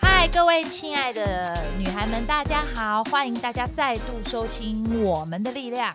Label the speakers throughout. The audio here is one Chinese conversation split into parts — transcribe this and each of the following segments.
Speaker 1: 嗨，各位亲爱的女孩们，大家好！欢迎大家再度收听我们的力量。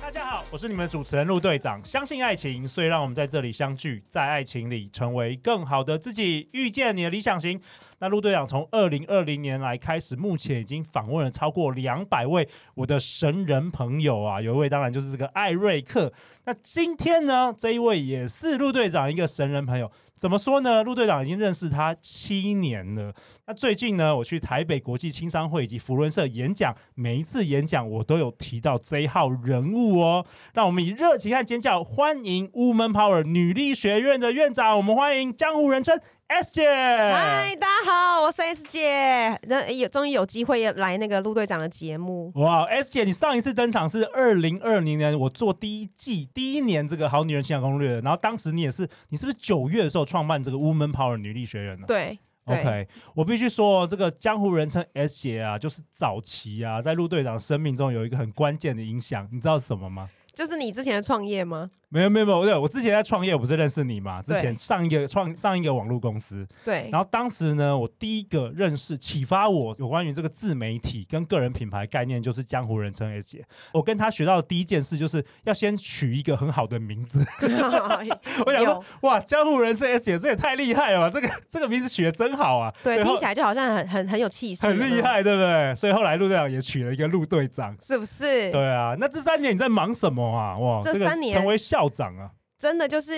Speaker 2: 大家好，我是你们的主持人陆队长。相信爱情，所以让我们在这里相聚，在爱情里成为更好的自己，遇见你的理想型。那陆队长从二零二零年来开始，目前已经访问了超过两百位我的神人朋友啊，有一位当然就是这个艾瑞克。那今天呢，这一位也是陆队长一个神人朋友。怎么说呢？陆队长已经认识他七年了。那最近呢，我去台北国际青商会以及福伦社演讲，每一次演讲我都有提到这一号人物哦。让我们以热情和尖叫欢迎 Woman Power 女力学院的院长，我们欢迎江湖人称 S 姐。哎
Speaker 3: 嗨，大家好，我是 S 姐，那有终于有机会来那个陆队长的节目。
Speaker 2: 哇，S 姐，你上一次登场是二零二零年，我做第一季第一年这个《好女人情感攻略》的，然后当时你也是，你是不是九月的时候创办这个 Woman Power 女力学院呢？
Speaker 3: 对，对
Speaker 2: OK，我必须说，这个江湖人称 S 姐啊，就是早期啊，在陆队长生命中有一个很关键的影响，你知道是什么吗？
Speaker 3: 就是你之前的创业吗？
Speaker 2: 没有没有没有，对我之前在创业，我不是认识你嘛？之
Speaker 3: 对
Speaker 2: 前上一个创上一个网络公司，
Speaker 3: 对，
Speaker 2: 然后当时呢，我第一个认识启发我有关于这个自媒体跟个人品牌概念，就是江湖人称 S 姐。我跟她学到的第一件事，就是要先取一个很好的名字。 我想说
Speaker 3: 有，
Speaker 2: 哇，江湖人称 S 姐，这也太厉害了吧！这个这个名字取得真好啊，
Speaker 3: 对，
Speaker 2: 然后
Speaker 3: 听起来就好像很很很有气势，
Speaker 2: 很厉，害，对不对？所以后来陆队长也取了一个陆队长。
Speaker 3: 是不是？
Speaker 2: 对啊，那这三年你在忙什么啊？哇，
Speaker 3: 这
Speaker 2: 个
Speaker 3: 三年
Speaker 2: 成为校长啊，
Speaker 3: 真的就是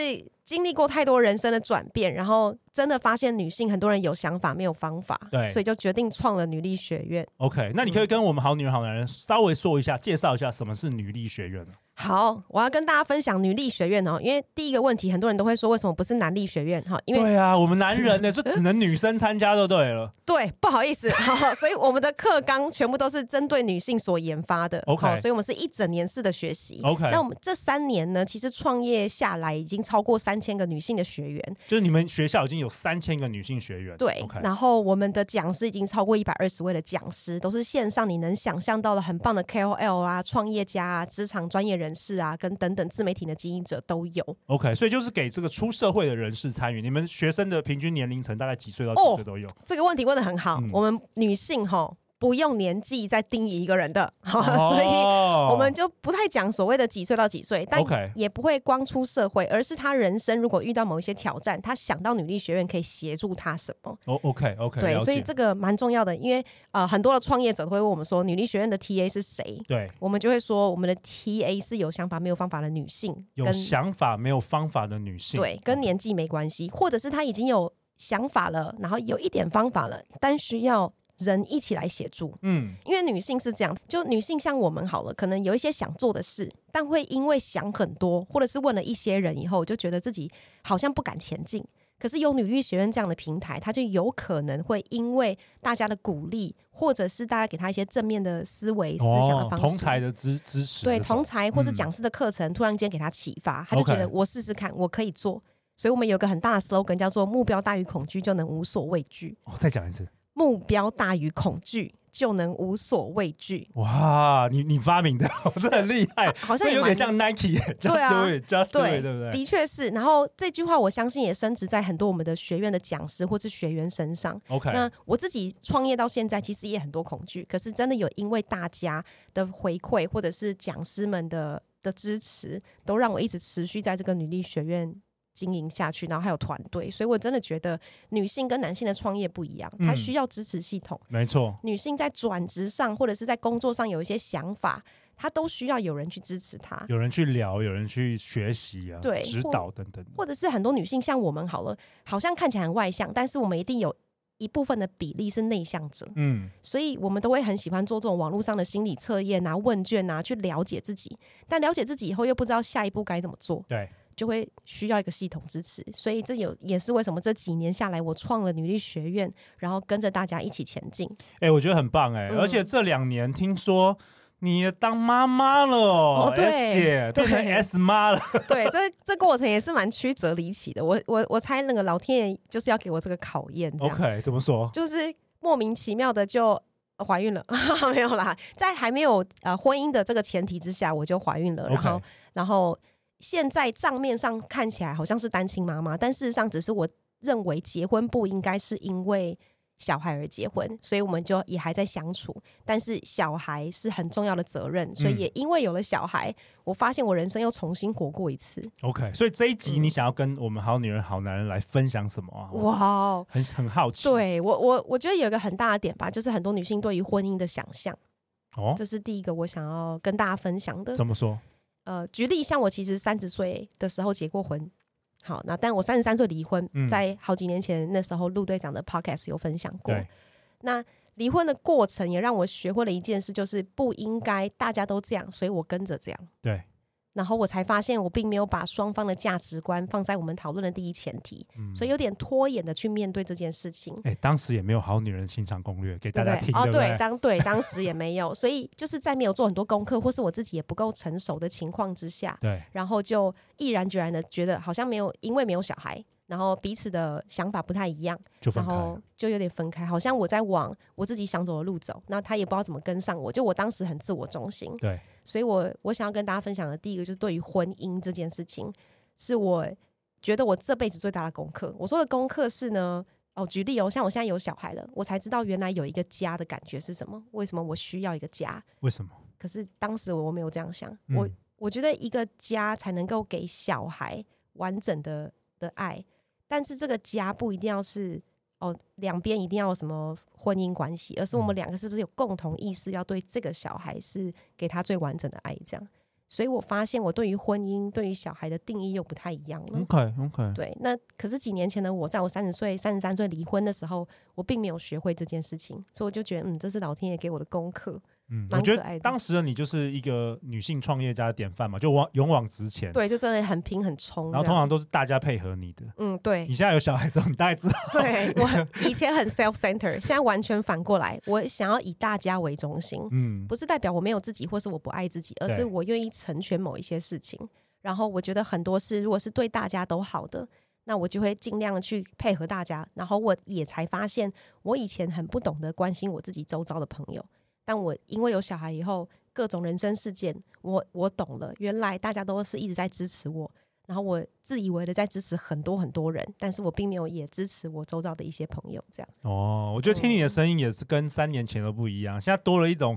Speaker 3: 经历过太多人生的转变，然后真的发现女性很多人有想法没有方法，
Speaker 2: 对
Speaker 3: 所以就决定创了女力学院。
Speaker 2: OK，那你
Speaker 3: 嗯
Speaker 2: 可以跟我们好女人、好男人稍微说一下，介绍一下什么是女力学院呢、
Speaker 3: 好，我要跟大家分享女力学院哦，因为第一个问题，很多人都会说为什么不是男力学院哈？因为
Speaker 2: 对啊，我们男人 呢，就只能女生参加就对了。
Speaker 3: 对，不好意思， 好，所以我们的课纲全部都是针对女性所研发的。
Speaker 2: OK
Speaker 3: 好所以我们是一整年式的学习。
Speaker 2: OK
Speaker 3: 那我们这三年呢，其实创业下来已经超过三千个女性的学员，
Speaker 2: 就是你们学校已经有三千个女性学员，
Speaker 3: 对。
Speaker 2: ，OK，
Speaker 3: 然后我们的讲师已经超过一百二十位的讲师，都是线上你能想象到的很棒的 KOL 啊、创业家啊、职场专业人士啊，跟等等自媒体的经营者都有。
Speaker 2: OK，所以就是给这个出社会的人士参与。你们学生的平均年龄层大概几岁到
Speaker 3: 哦
Speaker 2: 几岁都 有？
Speaker 3: 这个问题问的很好，
Speaker 2: 嗯
Speaker 3: 我们女性哈不用年纪再定义一个人的，好，哦
Speaker 2: 哦
Speaker 3: 所以。我们就不太讲所谓的几岁到几岁，但
Speaker 2: OK
Speaker 3: 也不会光出社会，而是他人生如果遇到某一些挑战，他想到女力学院可以协助他什么。
Speaker 2: 哦，OK OK，
Speaker 3: 对，所以这个蛮重要的，因为呃，很多的创业者都会问我们说，女力学院的 TA 是谁？
Speaker 2: 对
Speaker 3: 我们就会说，我们的 TA 是有想法没有方法的女性，
Speaker 2: 有
Speaker 3: 跟
Speaker 2: 想法没有方法的女性，
Speaker 3: 对，跟年纪没关系，或者是她已经有想法了，然后有一点方法了，但需要人一起来协助。
Speaker 2: 嗯
Speaker 3: 因为女性是这样，就女性像我们好了，可能有一些想做的事，但会因为想很多，或者是问了一些人以后，就觉得自己好像不敢前进。可是有女力学院这样的平台，它就有可能会因为大家的鼓励，或者是大家给她一些正面的思维、思想的方
Speaker 2: 哦同
Speaker 3: 式。
Speaker 2: 才的支支持这
Speaker 3: 对
Speaker 2: 种，
Speaker 3: 同才或是
Speaker 2: 嗯
Speaker 3: 讲师的课程，突然间给她启发，她就觉
Speaker 2: OK
Speaker 3: 得我试试看，我可以做。所以我们有一个很大的 slogan 叫做“目标大于恐惧，就能无所畏惧”。
Speaker 2: 哦再讲一次，
Speaker 3: 目标大于恐惧，就能无所畏惧。
Speaker 2: 哇，你你发明的， 这很厉害，
Speaker 3: 好像
Speaker 2: 这
Speaker 3: 也
Speaker 2: 有点
Speaker 3: 蛮
Speaker 2: 像 Nike，
Speaker 3: 对
Speaker 2: Just
Speaker 3: 啊
Speaker 2: Do It，Just Do
Speaker 3: 对
Speaker 2: It，对不对？
Speaker 3: 的确是。然后这句话我相信也升值在很多我们的学院的讲师或是学员身上。
Speaker 2: OK，
Speaker 3: 那我自己创业到现在，其实也很多恐惧，可是真的有因为大家的回馈或者是讲师们的的支持，都让我一直持续在这个女力学院经营下去，然后还有团队，所以我真的觉得女性跟男性的创业不一样，
Speaker 2: 嗯
Speaker 3: 它需要支持系统。
Speaker 2: 没错，
Speaker 3: 女性在转职上或者是在工作上有一些想法，她都需要有人去支持 她。
Speaker 2: 有人去聊，有人去学习啊，
Speaker 3: 对
Speaker 2: 指
Speaker 3: 或
Speaker 2: 导等等的。
Speaker 3: 或者是很多女性像我们好了，好像看起来很外向，但是我们一定有一部分的比例是内向者，
Speaker 2: 嗯，
Speaker 3: 所以我们都会很喜欢做这种网络上的心理测验啊、问卷啊，去了解自己。但了解自己以后，又不知道下一步该怎么做，
Speaker 2: 对，
Speaker 3: 就会需要一个系统支持。所以这有也是为什么这几年下来，我创了女力学院，然后跟着大家一起前进。
Speaker 2: 哎、我觉得很棒哎、
Speaker 3: 嗯
Speaker 2: 而且这两年听说你也当妈妈了哦
Speaker 3: 哦对
Speaker 2: S 姐
Speaker 3: 对
Speaker 2: 变成 S 妈 了，
Speaker 3: 对，这这过程也是蛮曲折离奇的。我我我猜那个老天爷就是要给我这个考验，这样
Speaker 2: OK，怎么说？
Speaker 3: 就是莫名其妙的就呃怀孕了， 没有啦，在还没有呃婚姻的这个前提之下，我就怀孕了，然后
Speaker 2: OK，
Speaker 3: 然后现在账面上看起来好像是单亲妈妈，但事实上只是我认为结婚不应该是因为小孩而结婚，所以我们就也还在相处。但是小孩是很重要的责任，所以也因为有了小孩，我发现我人生又重新活过一次。
Speaker 2: OK，所以这一集
Speaker 3: 嗯
Speaker 2: 你想要跟我们好女人、好男人来分享什么啊？我
Speaker 3: 哇哦！
Speaker 2: 很很好奇。
Speaker 3: 对我，我我觉得有一个很大的点吧，就是很多女性对于婚姻的想象，
Speaker 2: 哦，
Speaker 3: 这是第一个我想要跟大家分享的。
Speaker 2: 怎么说？
Speaker 3: 呃，举例，像我其实三十岁的时候结过婚，好，那但我三十三岁离婚，
Speaker 2: 嗯
Speaker 3: 在好几年前那时候陆队长的 podcast 有分享过
Speaker 2: 对。
Speaker 3: 那离婚的过程也让我学会了一件事，就是不应该大家都这样，所以我跟着这样。
Speaker 2: 对，
Speaker 3: 然后我才发现，我并没有把双方的价值观放在我们讨论的第一前提，
Speaker 2: 嗯，
Speaker 3: 所以有点拖延的去面对这件事情。
Speaker 2: 哎，当时也没有好女人欣赏攻略给大
Speaker 3: 对
Speaker 2: 家
Speaker 3: 不对
Speaker 2: 听，
Speaker 3: 哦，
Speaker 2: 不对？
Speaker 3: 当对当时也没有，所以就是在没有做很多功课，或是我自己也不够成熟的情况之下，
Speaker 2: 对，
Speaker 3: 然后就毅然决然的觉得好像没有，因为没有小孩，然后彼此的想法不太一样，
Speaker 2: 就分
Speaker 3: 然
Speaker 2: 开了
Speaker 3: 后。就有点分开，好像我在往我自己想走的路走，那他也不知道怎么跟上我，就我当时很自我中心，
Speaker 2: 对，
Speaker 3: 所以我我想要跟大家分享的第一个就是对于婚姻这件事情，是我觉得我这辈子最大的功课。我说的功课是呢，哦，举例哦，像我现在有小孩了，我才知道原来有一个家的感觉是什么，为什么我需要一个家。
Speaker 2: 为什么？
Speaker 3: 可是当时我没有这样想，我
Speaker 2: 嗯
Speaker 3: 我觉得一个家才能够给小孩完整的的爱，但是这个家不一定要是哦两边一定要有什么婚姻关系，而是我们
Speaker 2: 嗯
Speaker 3: 两个是不是有共同意识要对这个小孩是给他最完整的爱这样。所以我发现我对于婚姻、对于小孩的定义又不太一样
Speaker 2: 嗯
Speaker 3: 了。
Speaker 2: OK，OK，
Speaker 3: 对，那可是几年前的我，在我三十岁、三十三岁离婚的时候，我并没有学会这件事情，所以我就觉得，嗯，这是老天爷给我的功课。
Speaker 2: 嗯，
Speaker 3: 蛮
Speaker 2: 我觉
Speaker 3: 可爱
Speaker 2: 得
Speaker 3: 的
Speaker 2: 当时的你就是一个女性创业家的典范嘛，就往勇往直前。，
Speaker 3: 对，就真的很拼很冲这
Speaker 2: 然
Speaker 3: 样。
Speaker 2: 后通常都是大家配合你的。
Speaker 3: 嗯，对
Speaker 2: 你，现在有小孩之后，你大概知道，
Speaker 3: 对我以前很 self center，现在完全反过来，我想要以大家为中心，
Speaker 2: 嗯，
Speaker 3: 不是代表我没有自己或是我不爱自己，而是
Speaker 2: 对
Speaker 3: 我愿意成全某一些事情。然后我觉得很多事如果是对大家都好的，那我就会尽量地去配合大家。然后我也才发现，我以前很不懂得关心我自己周遭的朋友，但我因为有小孩以后，各种人生事件，我我懂了，原来大家都是一直在支持我。然后我自以为的在支持很多很多人，但是我并没有也支持我周遭的一些朋友，这样
Speaker 2: 哦，我觉得听你的声音也是跟三年前的不一样，现在多了一种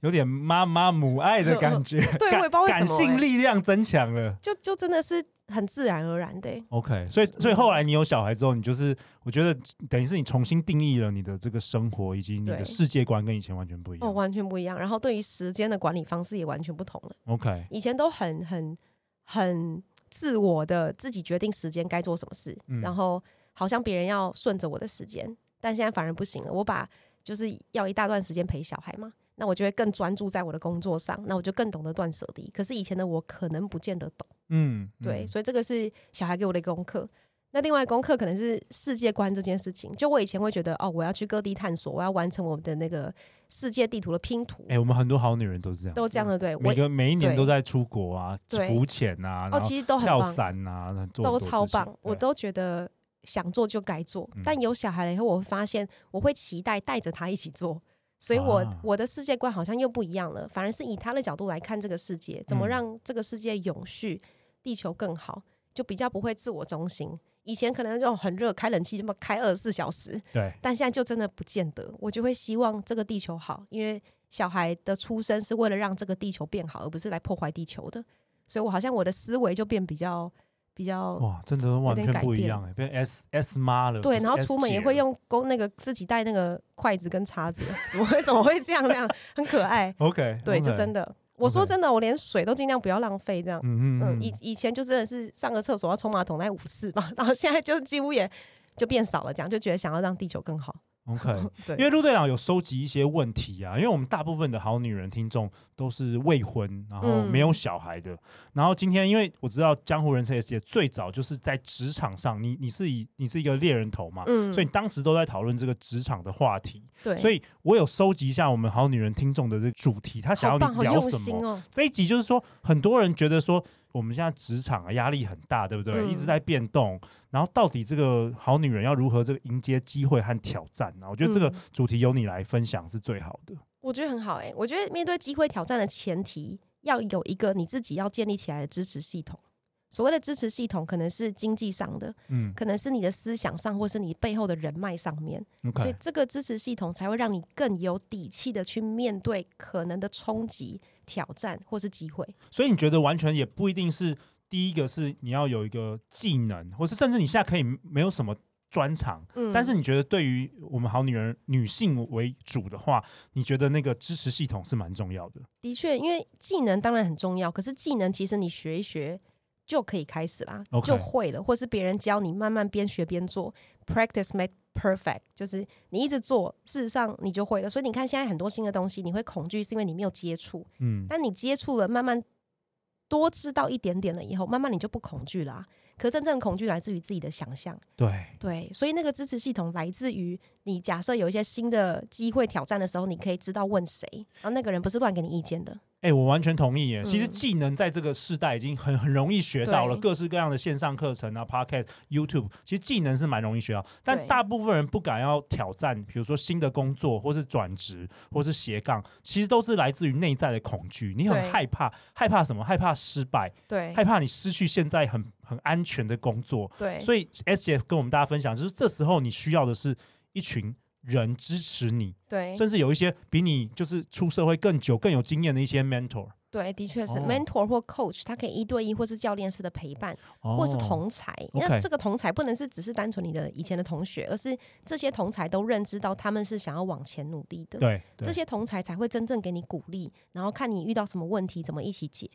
Speaker 2: 有点妈妈母爱的感觉，
Speaker 3: 对
Speaker 2: 感
Speaker 3: 我也不知道为什
Speaker 2: 感
Speaker 3: 么
Speaker 2: 性
Speaker 3: 欸
Speaker 2: 力量增强了。
Speaker 3: 就就真的是很自然而然的欸、
Speaker 2: OK，所以所以后来你有小孩之后，你就是我觉得等于是你重新定义了你的这个生活以及你的
Speaker 3: 对
Speaker 2: 世界观跟以前完全不一
Speaker 3: 哦，
Speaker 2: 样。
Speaker 3: 完全不一样。然后对于时间的管理方式也完全不同了。
Speaker 2: OK，
Speaker 3: 以前都很很很自我的，自己决定时间该做什么事，
Speaker 2: 嗯
Speaker 3: 然后好像别人要顺着我的时间，但现在反而不行了。我把就是要一大段时间陪小孩嘛，那我就会更专注在我的工作上，那我就更懂得断舍离。可是以前的我可能不见得懂，
Speaker 2: 嗯，
Speaker 3: 对，
Speaker 2: 嗯
Speaker 3: 所以这个是小孩给我的一个功课。那另外功课可能是世界观这件事情，就我以前会觉得哦，我要去各地探索，我要完成我的那个世界地图的拼图，
Speaker 2: 哎、我们很多好女人都是这样，
Speaker 3: 都这样。的对。我
Speaker 2: 每个每一年
Speaker 3: 对
Speaker 2: 都在出国啊，
Speaker 3: 对
Speaker 2: 浮潜啊，
Speaker 3: 哦，
Speaker 2: 然后
Speaker 3: 其实都很
Speaker 2: 跳
Speaker 3: 棒，
Speaker 2: 伞啊，然后做很
Speaker 3: 都
Speaker 2: 多
Speaker 3: 超
Speaker 2: 事情
Speaker 3: 棒，我
Speaker 2: 对
Speaker 3: 都觉得想做就该做。但
Speaker 2: 嗯
Speaker 3: 有小孩了以后，我会发现我会期待带着他一起做，所以我、
Speaker 2: 啊
Speaker 3: 我的世界观好像又不一样了，反而是以他的角度来看这个世界，怎么
Speaker 2: 嗯
Speaker 3: 让这个世界永续，地球更好，就比较不会自我中心。以前可能就很热，开冷气这么开二十四小时，
Speaker 2: 对
Speaker 3: 但现在就真的不见得。我就会希望这个地球好，因为小孩的出生是为了让这个地球变好，而不是来破坏地球的。所以我好像我的思维就变比较比较
Speaker 2: 哇，真的完
Speaker 3: 点
Speaker 2: 全
Speaker 3: 改
Speaker 2: 不一
Speaker 3: 变
Speaker 2: 样哎、变 S S 妈了，
Speaker 3: 对，
Speaker 2: 哦不是
Speaker 3: 然后
Speaker 2: S
Speaker 3: 出门也
Speaker 2: 姐
Speaker 3: 会
Speaker 2: 了。
Speaker 3: 用勾那个自己带那个筷子跟叉子， 怎么会怎么会这样这样，很可爱。
Speaker 2: OK，
Speaker 3: 对，这
Speaker 2: OK
Speaker 3: 真的，我说
Speaker 2: OK
Speaker 3: 真的，我连水都尽量不要浪费这样。
Speaker 2: 嗯嗯
Speaker 3: 嗯，
Speaker 2: 嗯
Speaker 3: 以以前就真的是上个厕所要冲马桶那五次嘛，然后现在就几乎也就变少了，这样就觉得想要让地球更好。
Speaker 2: ，OK。
Speaker 3: 对，
Speaker 2: 因为陆队长有收集一些问题啊，因为我们大部分的好女人听众都是未婚，然后没有
Speaker 3: 嗯
Speaker 2: 小孩的。然后今天，因为我知道江湖人生也是最早就是在职场上，你你是以你是一个猎人头嘛，
Speaker 3: 嗯
Speaker 2: 所以你当时都在讨论这个职场的话题。
Speaker 3: 对，
Speaker 2: 所以我有收集一下我们好女人听众的这个主题，她想
Speaker 3: 啊好
Speaker 2: 要
Speaker 3: 棒，
Speaker 2: 你
Speaker 3: 好
Speaker 2: 聊
Speaker 3: 用
Speaker 2: 什
Speaker 3: 心
Speaker 2: 么。
Speaker 3: 哦。
Speaker 2: 这一集就是说，很多人觉得说我们现在职场啊压力很大，对不对？
Speaker 3: 嗯
Speaker 2: 一直在变动，然后到底这个好女人要如何这个迎接机会和挑战啊呢、我觉得这个
Speaker 3: 嗯
Speaker 2: 主题由你来分享是最好的。
Speaker 3: 我觉得很好哎、我觉得面对机会挑战的前提，要有一个你自己要建立起来的支持系统。所谓的支持系统，可能是经济上的，
Speaker 2: 嗯
Speaker 3: 可能是你的思想上，或是你背后的人脉上面。嗯所以
Speaker 2: ，OK，
Speaker 3: 这个支持系统才会让你更有底气的去面对可能的冲击、挑战或是机会。
Speaker 2: 所以你觉得完全也不一定是第一个是你要有一个技能，或是甚至你现在可以没有什么专长，
Speaker 3: 嗯
Speaker 2: 但是你觉得对于我们好女人女性为主的话，你觉得那个支持系统是蛮重要的。
Speaker 3: 的确，因为技能当然很重要，可是技能其实你学一学就可以开始啦
Speaker 2: OK
Speaker 3: 就会了，或是别人教你，慢慢边学边做，practice make perfect，就是你一直做，事实上你就会了。所以你看，现在很多新的东西，你会恐惧是因为你没有接触，
Speaker 2: 嗯，
Speaker 3: 但你接触了，慢慢多知道一点点了以后，慢慢你就不恐惧啦、可真正的恐惧来自于自己的想象，
Speaker 2: 对。
Speaker 3: 对，所以那个支持系统来自于你假设有一些新的机会挑战的时候，你可以知道问谁，然后那个人不是乱给你意见的。
Speaker 2: 哎、我完全同意耶。其实
Speaker 3: 嗯
Speaker 2: 技能在这个世代已经很很容易学到了，
Speaker 3: 对
Speaker 2: 各式各样的线上课程啊、podcast、YouTube，其实技能是蛮容易学到，但
Speaker 3: 对
Speaker 2: 大部分人不敢要挑战，比如说新的工作，或是转职，或是斜杠，其实都是来自于内在的恐惧。你很
Speaker 3: 对
Speaker 2: 害怕，害怕什么？害怕失败，
Speaker 3: 对
Speaker 2: 害怕你失去现在很很安全的工作。
Speaker 3: 对，
Speaker 2: 所以 S 姐跟我们大家分享，就是这时候你需要的是一群人支持你，
Speaker 3: 对
Speaker 2: 甚至有一些比你就是出社会更久、更有经验的一些 mentor。
Speaker 3: 对，的确是、
Speaker 2: 哦
Speaker 3: mentor 或 coach，他可以一对一或是教练式的陪伴，
Speaker 2: 哦
Speaker 3: 或是同才。
Speaker 2: OK
Speaker 3: 那这个同才不能是只是单纯你的以前的同学，而是这些同才都认知到他们是想要往前努力的，
Speaker 2: 对，对
Speaker 3: 这些同才才会真正给你鼓励，然后看你遇到什么问题怎么一起解。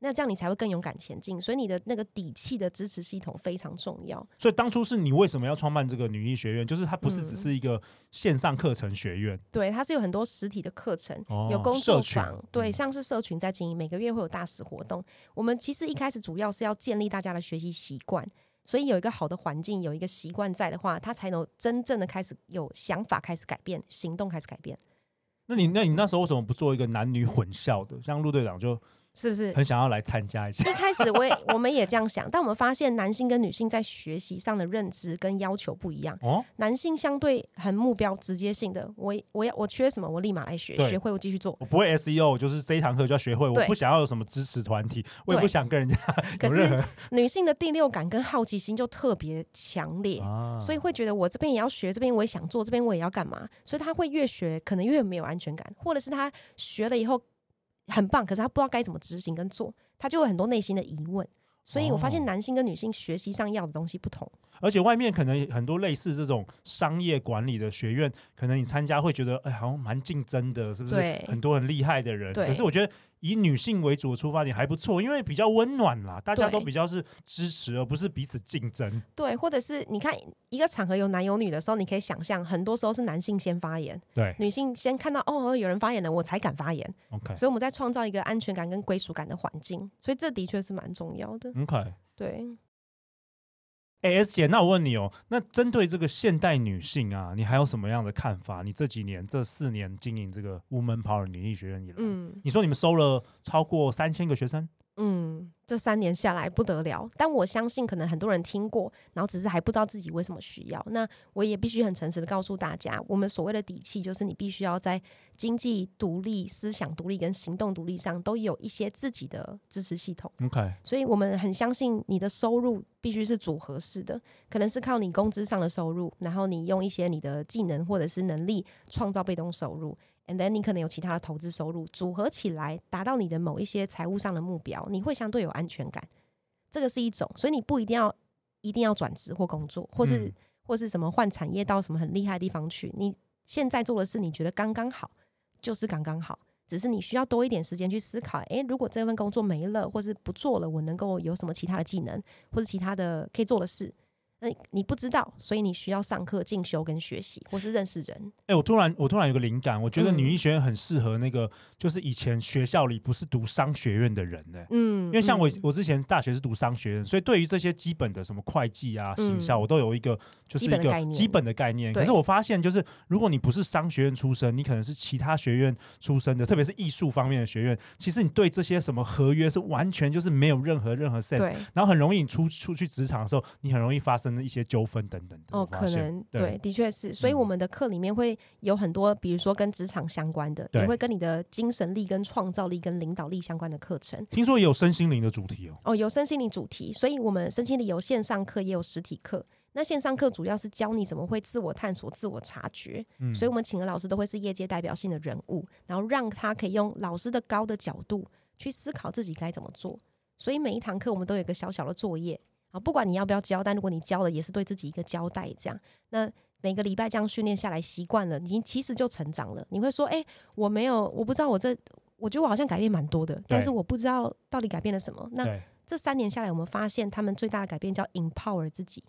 Speaker 3: 那这样你才会更勇敢前进，所以你的那个底气的支持系统非常重要。
Speaker 2: 所以当初是你为什么要创办这个女医学院？就是它不是
Speaker 3: 嗯
Speaker 2: 只是一个线上课程学院，
Speaker 3: 对，它是有很多实体的课程，
Speaker 2: 哦
Speaker 3: 有工
Speaker 2: 社
Speaker 3: 作
Speaker 2: 群
Speaker 3: 坊，对，
Speaker 2: 嗯
Speaker 3: 像是社群在经营，每个月会有大使活动。我们其实一开始主要是要建立大家的学习习惯，所以有一个好的环境，有一个习惯在的话，他才能真正的开始有想法，开始改变，行动开始改变，
Speaker 2: 那你那你那时候为什么不做一个男女混校的？像陆队长就是
Speaker 3: 不是？
Speaker 2: 很想要来参加一下。
Speaker 3: 一开始我也我们也这样想，但我们发现男性跟女性在学习上的认知跟要求不一样。
Speaker 2: 哦，
Speaker 3: 男性相对很目标直接性的，我我要我缺什么，我立马来学，
Speaker 2: 对
Speaker 3: 学会我继续做。
Speaker 2: 我不会 SEO，我就是这一堂课就要学会。我
Speaker 3: 对
Speaker 2: 不想要有什么支持团体，我也不想跟人家
Speaker 3: 可
Speaker 2: 有
Speaker 3: 是
Speaker 2: 任
Speaker 3: 女性的第六感跟好奇心就特别强烈
Speaker 2: 何。啊
Speaker 3: 所以会觉得我这边也要学，这边我也想做，这边我也要干嘛，所以他会越学可能越没有安全感，或者是他学了以后很棒，可是他不知道该怎么执行跟做，他就有很多内心的疑问。所以我发
Speaker 2: 哦
Speaker 3: 现男性跟女性学习上要的东西不同，
Speaker 2: 而且外面可能很多类似这种商业管理的学院，可能你参加会觉得，哎，好像蛮竞争的，是不是
Speaker 3: 对？
Speaker 2: 很多很厉害的人。
Speaker 3: 对
Speaker 2: 可是我觉得以女性为主的出发点还不错，因为比较温暖啦，大家
Speaker 3: 对
Speaker 2: 都比较是支持，而不是彼此竞争。
Speaker 3: 对，或者是你看一个场合有男有女的时候，你可以想象，很多时候是男性先发言，
Speaker 2: 对
Speaker 3: 女性先看到哦有人发言了，我才敢发言，
Speaker 2: ，OK，
Speaker 3: 所以我们在创造一个安全感跟归属感的环境，所以这的确是蛮重要的，
Speaker 2: OK。
Speaker 3: 对。
Speaker 2: 哎，S 姐，那我问你哦，那针对这个现代女性啊，你还有什么样的看法？你这几年这四年经营这个 Woman Power 女力学院以来，
Speaker 3: 嗯
Speaker 2: 你说你们收了超过三千个学生，
Speaker 3: 嗯，这三年下来不得了，但我相信可能很多人听过，然后只是还不知道自己为什么需要。那我也必须很诚实的告诉大家，我们所谓的底气，就是你必须要在经济独立、思想独立跟行动独立上都有一些自己的支持系统。
Speaker 2: OK，
Speaker 3: 所以我们很相信你的收入必须是组合式的，可能是靠你工资上的收入，然后你用一些你的技能或者是能力创造被动收入，and then 你可能有其他的投资收入，组合起来达到你的某一些财务上的目标，你会相对有安全感。这个是一种，所以你不一定要一定要转职或工作，或是、
Speaker 2: 嗯
Speaker 3: 或是什么换产业到什么很厉害的地方去。你现在做的事，你觉得刚刚好，就是刚刚好。只是你需要多一点时间去思考，诶，如果这份工作没了，或是不做了，我能够有什么其他的技能，或是其他的可以做的事？那你不知道，所以你需要上课进修跟学习，或是认识人。
Speaker 2: 哎、我突然我突然有个灵感，我觉得
Speaker 3: 嗯
Speaker 2: 女医学院很适合那个，就是以前学校里不是读商学院的人呢、
Speaker 3: 嗯嗯
Speaker 2: 因为像我
Speaker 3: 嗯
Speaker 2: 我之前大学是读商学院，所以对于这些基本的什么会计啊、行销，
Speaker 3: 嗯
Speaker 2: 我都有一个就是一
Speaker 3: 基本的概
Speaker 2: 个
Speaker 3: 念
Speaker 2: 基本的概念。
Speaker 3: 对
Speaker 2: 可是我发现，就是如果你不是商学院出身，你可能是其他学院出身的，特别是艺术方面的学院，其实你对这些什么合约是完全就是没有任何任何 sense。
Speaker 3: 对
Speaker 2: 然后很容易你出出去职场的时候，你很容易发生一些纠纷等等的。
Speaker 3: 哦，
Speaker 2: 我发
Speaker 3: 可
Speaker 2: 现
Speaker 3: 能对，的确是，所以
Speaker 2: 嗯
Speaker 3: 我们的课里面会有很多，比如说跟职场相关的，
Speaker 2: 对
Speaker 3: 也会跟你的精神力、跟创造力、跟领导力相关的课程。
Speaker 2: 听说也有身心灵的主题哦。
Speaker 3: 哦，有身心灵主题，所以我们身心灵有线上课，也有实体课。那线上课主要是教你怎么会自我探索、自我察觉，
Speaker 2: 嗯，
Speaker 3: 所以我们请的老师都会是业界代表性的人物，然后让他可以用老师的高的角度去思考自己该怎么做。所以每一堂课我们都有一个小小的作业啊，不管你要不要教，但如果你教了，也是对自己一个交代。这样，那每个礼拜这样训练下来，习惯了，你其实就成长了。你会说，哎、我没有，我不知道我这，我觉得我好像改变蛮多的，但是我不知道到底改变了什么。那
Speaker 2: 对，
Speaker 3: 这三年下来，我们发现他们最大的改变叫 empower 自己，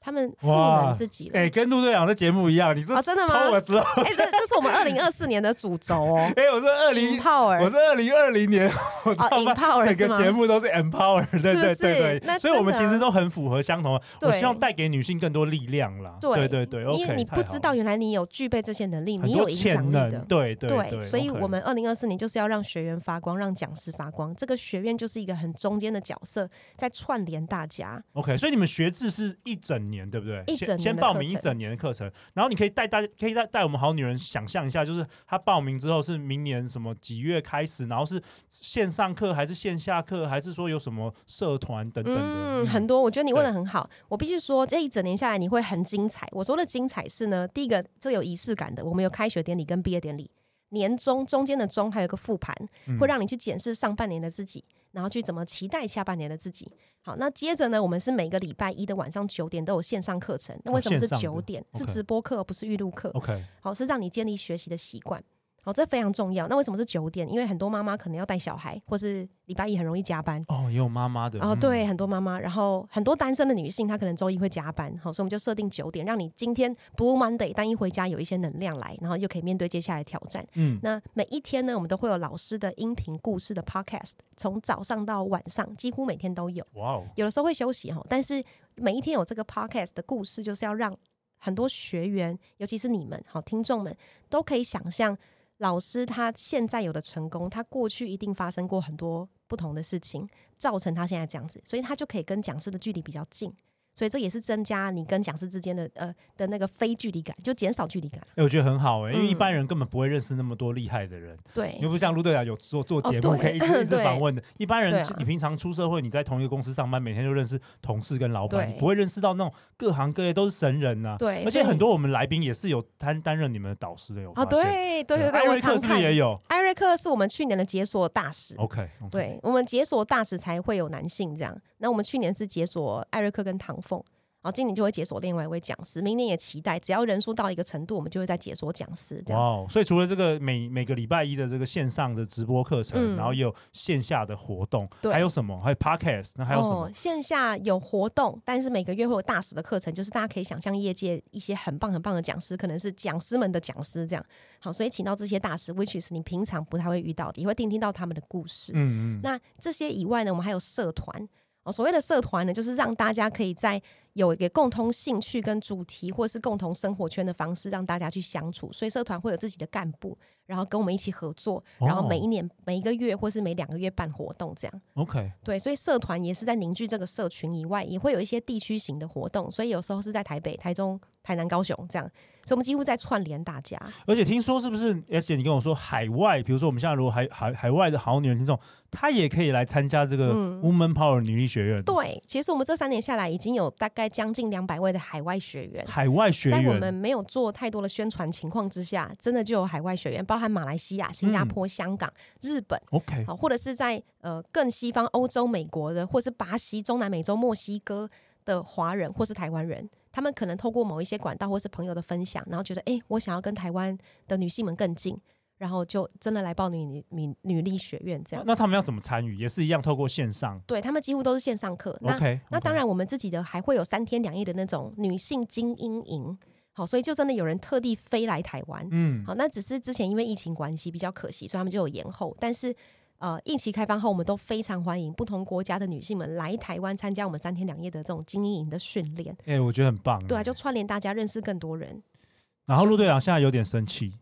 Speaker 3: 他们赋
Speaker 2: 哇
Speaker 3: 能自己了。
Speaker 2: 哎，跟陆队长的节目一样，你是
Speaker 3: 哦，真的
Speaker 2: 偷我
Speaker 3: 吗？
Speaker 2: 知道。
Speaker 3: 哎、这这是我们二零二四年的主轴哦
Speaker 2: 哎，我是二零，我
Speaker 3: ，empower
Speaker 2: 是二零二零年， 我
Speaker 3: 哦
Speaker 2: 知道
Speaker 3: ，empower
Speaker 2: 整
Speaker 3: 是
Speaker 2: 个
Speaker 3: 吗？
Speaker 2: 节目都是 empower，对
Speaker 3: 是不
Speaker 2: 对
Speaker 3: 是
Speaker 2: 对对，
Speaker 3: 那
Speaker 2: 所以我们
Speaker 3: 真
Speaker 2: 其
Speaker 3: 的
Speaker 2: 实都很符合相同的。我
Speaker 3: 对
Speaker 2: 希望带给女性更多力量啦。
Speaker 3: 对
Speaker 2: 对对对
Speaker 3: 因
Speaker 2: ，OK，
Speaker 3: 为你
Speaker 2: 太
Speaker 3: 不
Speaker 2: 好
Speaker 3: 知
Speaker 2: 了
Speaker 3: 道原来你有具备这些能力，
Speaker 2: 很
Speaker 3: 你
Speaker 2: 多
Speaker 3: 有影响
Speaker 2: 潜
Speaker 3: 力
Speaker 2: 能
Speaker 3: 的，。
Speaker 2: 对对
Speaker 3: 对，所以
Speaker 2: OK
Speaker 3: 我们二零二四年就是要让学员发光，让讲师发光。这个学院就是一个很中间的角色，在串联大家。
Speaker 2: OK，所以你们学制是一整年，对不对？
Speaker 3: 一整
Speaker 2: 先先
Speaker 3: 年的
Speaker 2: 报
Speaker 3: 课
Speaker 2: 名一
Speaker 3: 程
Speaker 2: 整年的课程，然后你可以带大家，可以带带我们好女人想象一下，就是她报名之后是明年什么几月开始，然后是线上课还是线下课，还是说有什么社团等等的？
Speaker 3: 嗯，很多，我觉得你问的
Speaker 2: 对
Speaker 3: 很好。我必须说，这一整年下来你会很精彩。我说的精彩是呢，第一个这有仪式感的，我们有开学典礼跟毕业典礼，年终中间的中还有一个复盘，
Speaker 2: 嗯
Speaker 3: 会让你去检视上半年的自己，然后去怎么期待下半年的自己。好，那接着呢，我们是每个礼拜一的晚上九点都有线上课程。那
Speaker 2: 哦
Speaker 3: 为什么是
Speaker 2: 线上的
Speaker 3: 九点？是
Speaker 2: OK 哦
Speaker 3: 直播课，不是预录课。
Speaker 2: 嗯 OK，
Speaker 3: 好，是让你建立学习的习惯。好，这非常重要。那为什么是九点？因为很多妈妈可能要带小孩，或是礼拜一很容易加班。
Speaker 2: 哦，也有妈妈的
Speaker 3: 哦，
Speaker 2: 嗯
Speaker 3: 对，很多妈妈，然后很多单身的女性，她可能周一会加班，好，所以我们就设定九点，让你今天 Blue Monday 但一回家有一些能量来，然后又可以面对接下来的挑战。
Speaker 2: 嗯，
Speaker 3: 那每一天呢，我们都会有老师的音频故事的 Podcast，从早上到晚上，几乎每天都有，
Speaker 2: 哇哦，
Speaker 3: 有的时候会休息哈，但是每一天有这个 Podcast 的故事，就是要让很多学员，尤其是你们好听众们，都可以想象老师他现在有的成功，他过去一定发生过很多不同的事情，造成他现在这样子，所以他就可以跟讲师的距离比较近。所以这也是增加你跟讲师之间的呃的那个非距离感，就减少距离感。
Speaker 2: 哎，我觉得很好哎，因为一
Speaker 3: 嗯
Speaker 2: 般人根本不会认识那么多厉害的人，
Speaker 3: 对
Speaker 2: 又不像陆队长有做做节目
Speaker 3: 哦对
Speaker 2: 可以一直一直
Speaker 3: 对
Speaker 2: 访问的，一般
Speaker 3: 对
Speaker 2: 人
Speaker 3: 啊
Speaker 2: 你平常出社会，你在同一个公司上班，每天就认识同事跟老板，
Speaker 3: 对
Speaker 2: 你不会认识到那种各行各业都是神人呐。
Speaker 3: 对，
Speaker 2: 而
Speaker 3: 所
Speaker 2: 且
Speaker 3: 以
Speaker 2: 很多我们来宾也是有担担任你们的导师的，有
Speaker 3: 哦，
Speaker 2: 发现啊
Speaker 3: 对对对
Speaker 2: 艾
Speaker 3: 对，我
Speaker 2: 瑞克
Speaker 3: 常
Speaker 2: 是不是
Speaker 3: 看
Speaker 2: 也有哦
Speaker 3: 艾瑞克是我们去年的解锁大使。
Speaker 2: ？OK，
Speaker 3: 对我们解锁大使才会有男性这样。那我们去年是解锁艾瑞克跟唐凤，然后今年就会解锁另外一位讲师，明年也期待，只要人数到一个程度，我们就会再解锁讲师这
Speaker 2: 哇
Speaker 3: 样。
Speaker 2: 哦！所以除了这个每每个礼拜一的这个线上的直播课程，
Speaker 3: 嗯
Speaker 2: 然后也有线下的活动，
Speaker 3: 对
Speaker 2: 还有什么？还有 podcast，那还有什么
Speaker 3: 哦？，线下有活动，但是每个月会有大使的课程，就是大家可以想象业界一些很棒很棒的讲师，可能是讲师们的讲师这样。好，所以请到这些大师，which is 你平常不太会遇到的，也会听听到他们的故事。
Speaker 2: 嗯嗯，
Speaker 3: 那这些以外呢，我们还有社团。哦，所谓的社团呢，就是让大家可以在有一个共同兴趣跟主题，或是共同生活圈的方式，让大家去相处。所以社团会有自己的干部，然后跟我们一起合作，然后每一年、每一个月或是每两个月办活动这样。
Speaker 2: OK，
Speaker 3: 对，所以社团也是在凝聚这个社群以外，也会有一些地区型的活动。所以有时候是在台北、台中、台南、高雄这样，所以我们几乎在串联大家。
Speaker 2: 而且听说是不是 S 姐？你跟我说海外，比如说我们现在如果海海海外的好女人听众，她也可以来参加这个 Woman Power 女力学院，，
Speaker 3: 嗯对，其实我们这三年下来，已经有大概将近两百位的海外学员。
Speaker 2: 海外学
Speaker 3: 在我
Speaker 2: 员
Speaker 3: 们没有做太多的宣传情况之下，真的就有海外学员，包含马来西亚、新加坡、香港、日本，
Speaker 2: OK，
Speaker 3: 好，或者是在呃更西方欧洲、美国的，或是巴西、中南美洲、墨西哥的华人或是台湾人，他们可能透过某一些管道或是朋友的分享，然后觉得诶，我想要跟台湾的女性们更近，然后就真的来报女女女女力学院这
Speaker 2: 那
Speaker 3: 样。
Speaker 2: 那他们要怎么参与？也是一样透过线上
Speaker 3: 对他们几乎都是线上课，那
Speaker 2: OK，
Speaker 3: 那当然，我们自己的还会有三天两夜的那种女性精英营，好，所以就真的有人特地飞来台湾。
Speaker 2: 嗯
Speaker 3: 好，那只是之前因为疫情关系比较可惜，所以他们就有延后。但是呃，疫情开放后，我们都非常欢迎不同国家的女性们来台湾参加我们三天两夜的这种精英营的训练。
Speaker 2: 哎、我觉得很棒。
Speaker 3: 对啊，就串联大家认识更多人。
Speaker 2: 然后陆队长现在有点生气，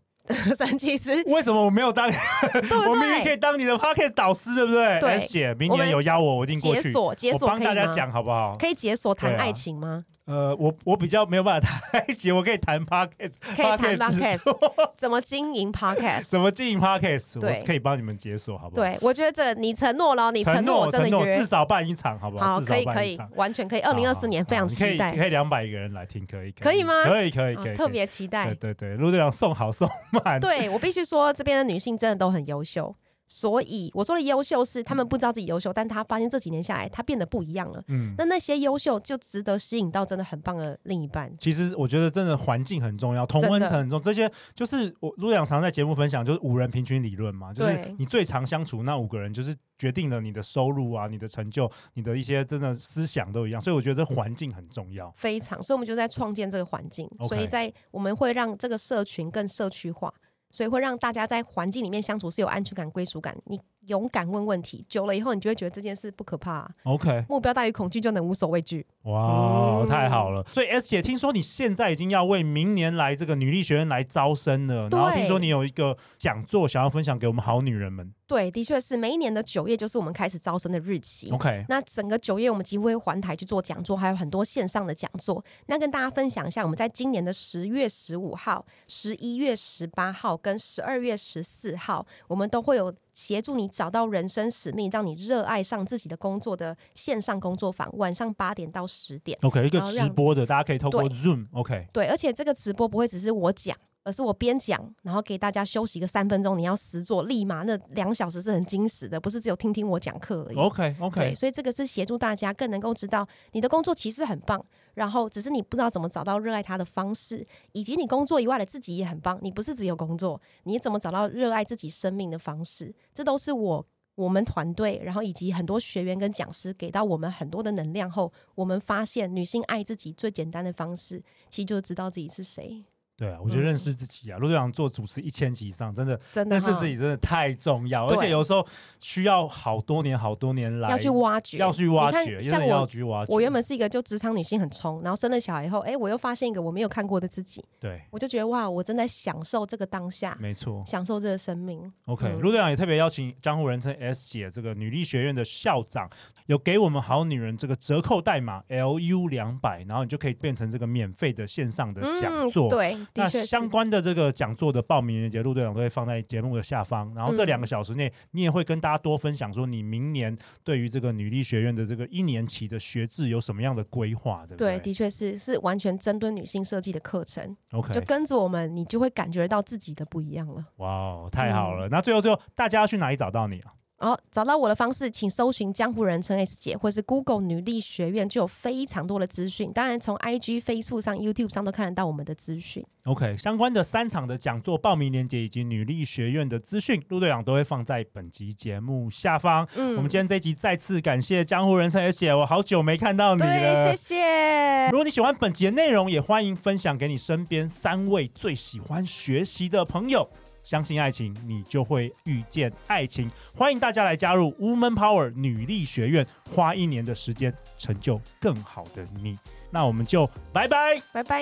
Speaker 3: 三 其实
Speaker 2: 为什么我没有当？
Speaker 3: 对不
Speaker 2: 我明明可以
Speaker 3: 对？
Speaker 2: 当你的 p o c k e t 导师，对不对？
Speaker 3: 对
Speaker 2: S 姐，明
Speaker 3: 我
Speaker 2: 年
Speaker 3: 们
Speaker 2: 有邀我，我一定过
Speaker 3: 解
Speaker 2: 去。
Speaker 3: 锁解
Speaker 2: 我
Speaker 3: 锁
Speaker 2: 帮
Speaker 3: 可
Speaker 2: 大
Speaker 3: 以
Speaker 2: 家
Speaker 3: 吗？
Speaker 2: 讲好不好？
Speaker 3: 可以解锁谈
Speaker 2: 对啊
Speaker 3: 爱 情吗？
Speaker 2: 呃，我我比较没有办法谈 埃及，我可以谈 p o c k e t
Speaker 3: 可以谈
Speaker 2: podcast
Speaker 3: podcast，怎么经营 podcast？
Speaker 2: 什么经营 p o c k e t
Speaker 3: 对
Speaker 2: 我可以帮你们解锁，好不好？
Speaker 3: 对，我觉得这你承诺了，你
Speaker 2: 承
Speaker 3: 诺
Speaker 2: 诺
Speaker 3: 我真
Speaker 2: 承
Speaker 3: 的
Speaker 2: 诺，
Speaker 3: 约
Speaker 2: 至。少办一场，好不好？
Speaker 3: 好，
Speaker 2: 至
Speaker 3: 可
Speaker 2: 少
Speaker 3: 以可
Speaker 2: 办一
Speaker 3: 以
Speaker 2: 场。，
Speaker 3: 完全可以。二零二四年非常
Speaker 2: 好好
Speaker 3: 期
Speaker 2: 你
Speaker 3: 待
Speaker 2: 可以，可以两百个人来听，可以
Speaker 3: 可以吗
Speaker 2: 可以可以
Speaker 3: 啊
Speaker 2: 可以，
Speaker 3: 特
Speaker 2: 可以。
Speaker 3: 别期待
Speaker 2: 对。对对，陆队长送好送满，
Speaker 3: 对我必须说，这边的女性真的都很优秀。所以我说的优秀是，她们不知道自己优秀，但她发现这几年下来，她变得不一样了。
Speaker 2: 嗯，
Speaker 3: 那那些优秀就值得吸引到真的很棒的另一半。
Speaker 2: 其实我觉得真的环境很重要，同温层很重要。这些就是我陆阳常在节目分享，就是五人平均理论嘛，就是
Speaker 3: 对
Speaker 2: 你最常相处那五个人，就是决定了你的收入啊、你的成就、你的一些真的思想都一样。所以我觉得这环境很重要。
Speaker 3: 非常，所以我们就在创建这个环境
Speaker 2: OK
Speaker 3: 所以在我们会让这个社群更社区化，所以会让大家在环境里面相处是有安全感、归属感。你勇敢问问题，久了以后，你就会觉得这件事不可怕啊、
Speaker 2: OK，
Speaker 3: 目标大于恐惧，就能无所畏惧。
Speaker 2: 哇，
Speaker 3: 嗯
Speaker 2: 太好了！所以 S 姐，听说你现在已经要为明年来这个女力学院来招生了，
Speaker 3: 对
Speaker 2: 然后听说你有一个讲座想要分享给我们好女人们。
Speaker 3: 对，的确是每一年的九月就是我们开始招生的日期。
Speaker 2: OK，
Speaker 3: 那整个九月，我们几乎会环台去做讲座，还有很多线上的讲座。那跟大家分享一下，我们在今年的十月十五号、十一月十八号跟十二月十四号，我们都会有协助你找到人生使命，让你热爱上自己的工作的线上工作坊，晚上八点到十点。
Speaker 2: OK，一个
Speaker 3: 好
Speaker 2: 直
Speaker 3: 让
Speaker 2: 播的，大家可以透过
Speaker 3: 对
Speaker 2: Zoom。OK，
Speaker 3: 对，而且这个直播不会只是我讲。而是我边讲，然后给大家休息个三分钟，你要实做，立马那两小时是很精实的，不是只有听听我讲课而已。
Speaker 2: OK OK，
Speaker 3: 对，所以这个是协助大家更能够知道你的工作其实很棒，然后只是你不知道怎么找到热爱它的方式，以及你工作以外的自己也很棒。你不是只有工作，你怎么找到热爱自己生命的方式？这都是我我们团队，然后以及很多学员跟讲师给到我们很多的能量后，我们发现女性爱自己最简单的方式，其实就是知道自己是谁。
Speaker 2: 对啊，我觉得
Speaker 3: 嗯
Speaker 2: 认识自己啊，陆队长做主持一千集以上，真的
Speaker 3: 真的
Speaker 2: 认识
Speaker 3: 哈
Speaker 2: 自己真的太重要，而
Speaker 3: 对
Speaker 2: 且有时候需要好多年、好多年来
Speaker 3: 要去挖掘，
Speaker 2: 要去挖
Speaker 3: 你
Speaker 2: 掘，
Speaker 3: 看
Speaker 2: 真的
Speaker 3: 像
Speaker 2: 要
Speaker 3: 我。
Speaker 2: 去挖掘。
Speaker 3: 我原本是一个就职场女性很冲，然后生了小孩以后，哎，我又发现一个我没有看过的自己，
Speaker 2: 对，
Speaker 3: 我就觉得哇，我正在享受这个当下，
Speaker 2: 没错。
Speaker 3: 享受这个生命。
Speaker 2: OK，
Speaker 3: 嗯
Speaker 2: 陆队长也特别邀请江湖人称 S 姐这个女力学院的校长，有给我们好女人这个折扣代码 LU 两百，然后你就可以变成这个免费的线上的讲座。
Speaker 3: 嗯对，
Speaker 2: 那
Speaker 3: 的确是
Speaker 2: 相关的这个讲座的报名链接，陆队长都会放在节目的下方。然后这
Speaker 3: 嗯
Speaker 2: 两个小时内，你也会跟大家多分享说，你明年对于这个女力学院的这个一年期的学制有什么样的规划，对不
Speaker 3: 对，
Speaker 2: 对
Speaker 3: 的确是是完全针对女性设计的课程，就
Speaker 2: ？OK，
Speaker 3: 跟着我们，你就会感觉到自己的不一样了。
Speaker 2: 哇哦，太好了！那最后最后，大家要去哪里找到你啊？
Speaker 3: 然后找到我的方式，请搜寻“江湖人称 S 姐”或是 Google 女力学院，就有非常多的资讯。当然，从 IG、Facebook 上、YouTube 上都看得到我们的资讯。
Speaker 2: OK，相关的三场的讲座报名链接以及女力学院的资讯，陆队长都会放在本集节目下方。
Speaker 3: 嗯
Speaker 2: 我们今天这一集再次感谢江湖人称 S 姐，我好久没看到你了，
Speaker 3: 对，谢谢。
Speaker 2: 如果你喜欢本集的内容，也欢迎分享给你身边三位最喜欢学习的朋友。相信爱情，你就会遇见爱情。欢迎大家来加入 Woman Power 女力学院，花一年的时间成就更好的你。那我们就拜拜。
Speaker 3: 拜拜。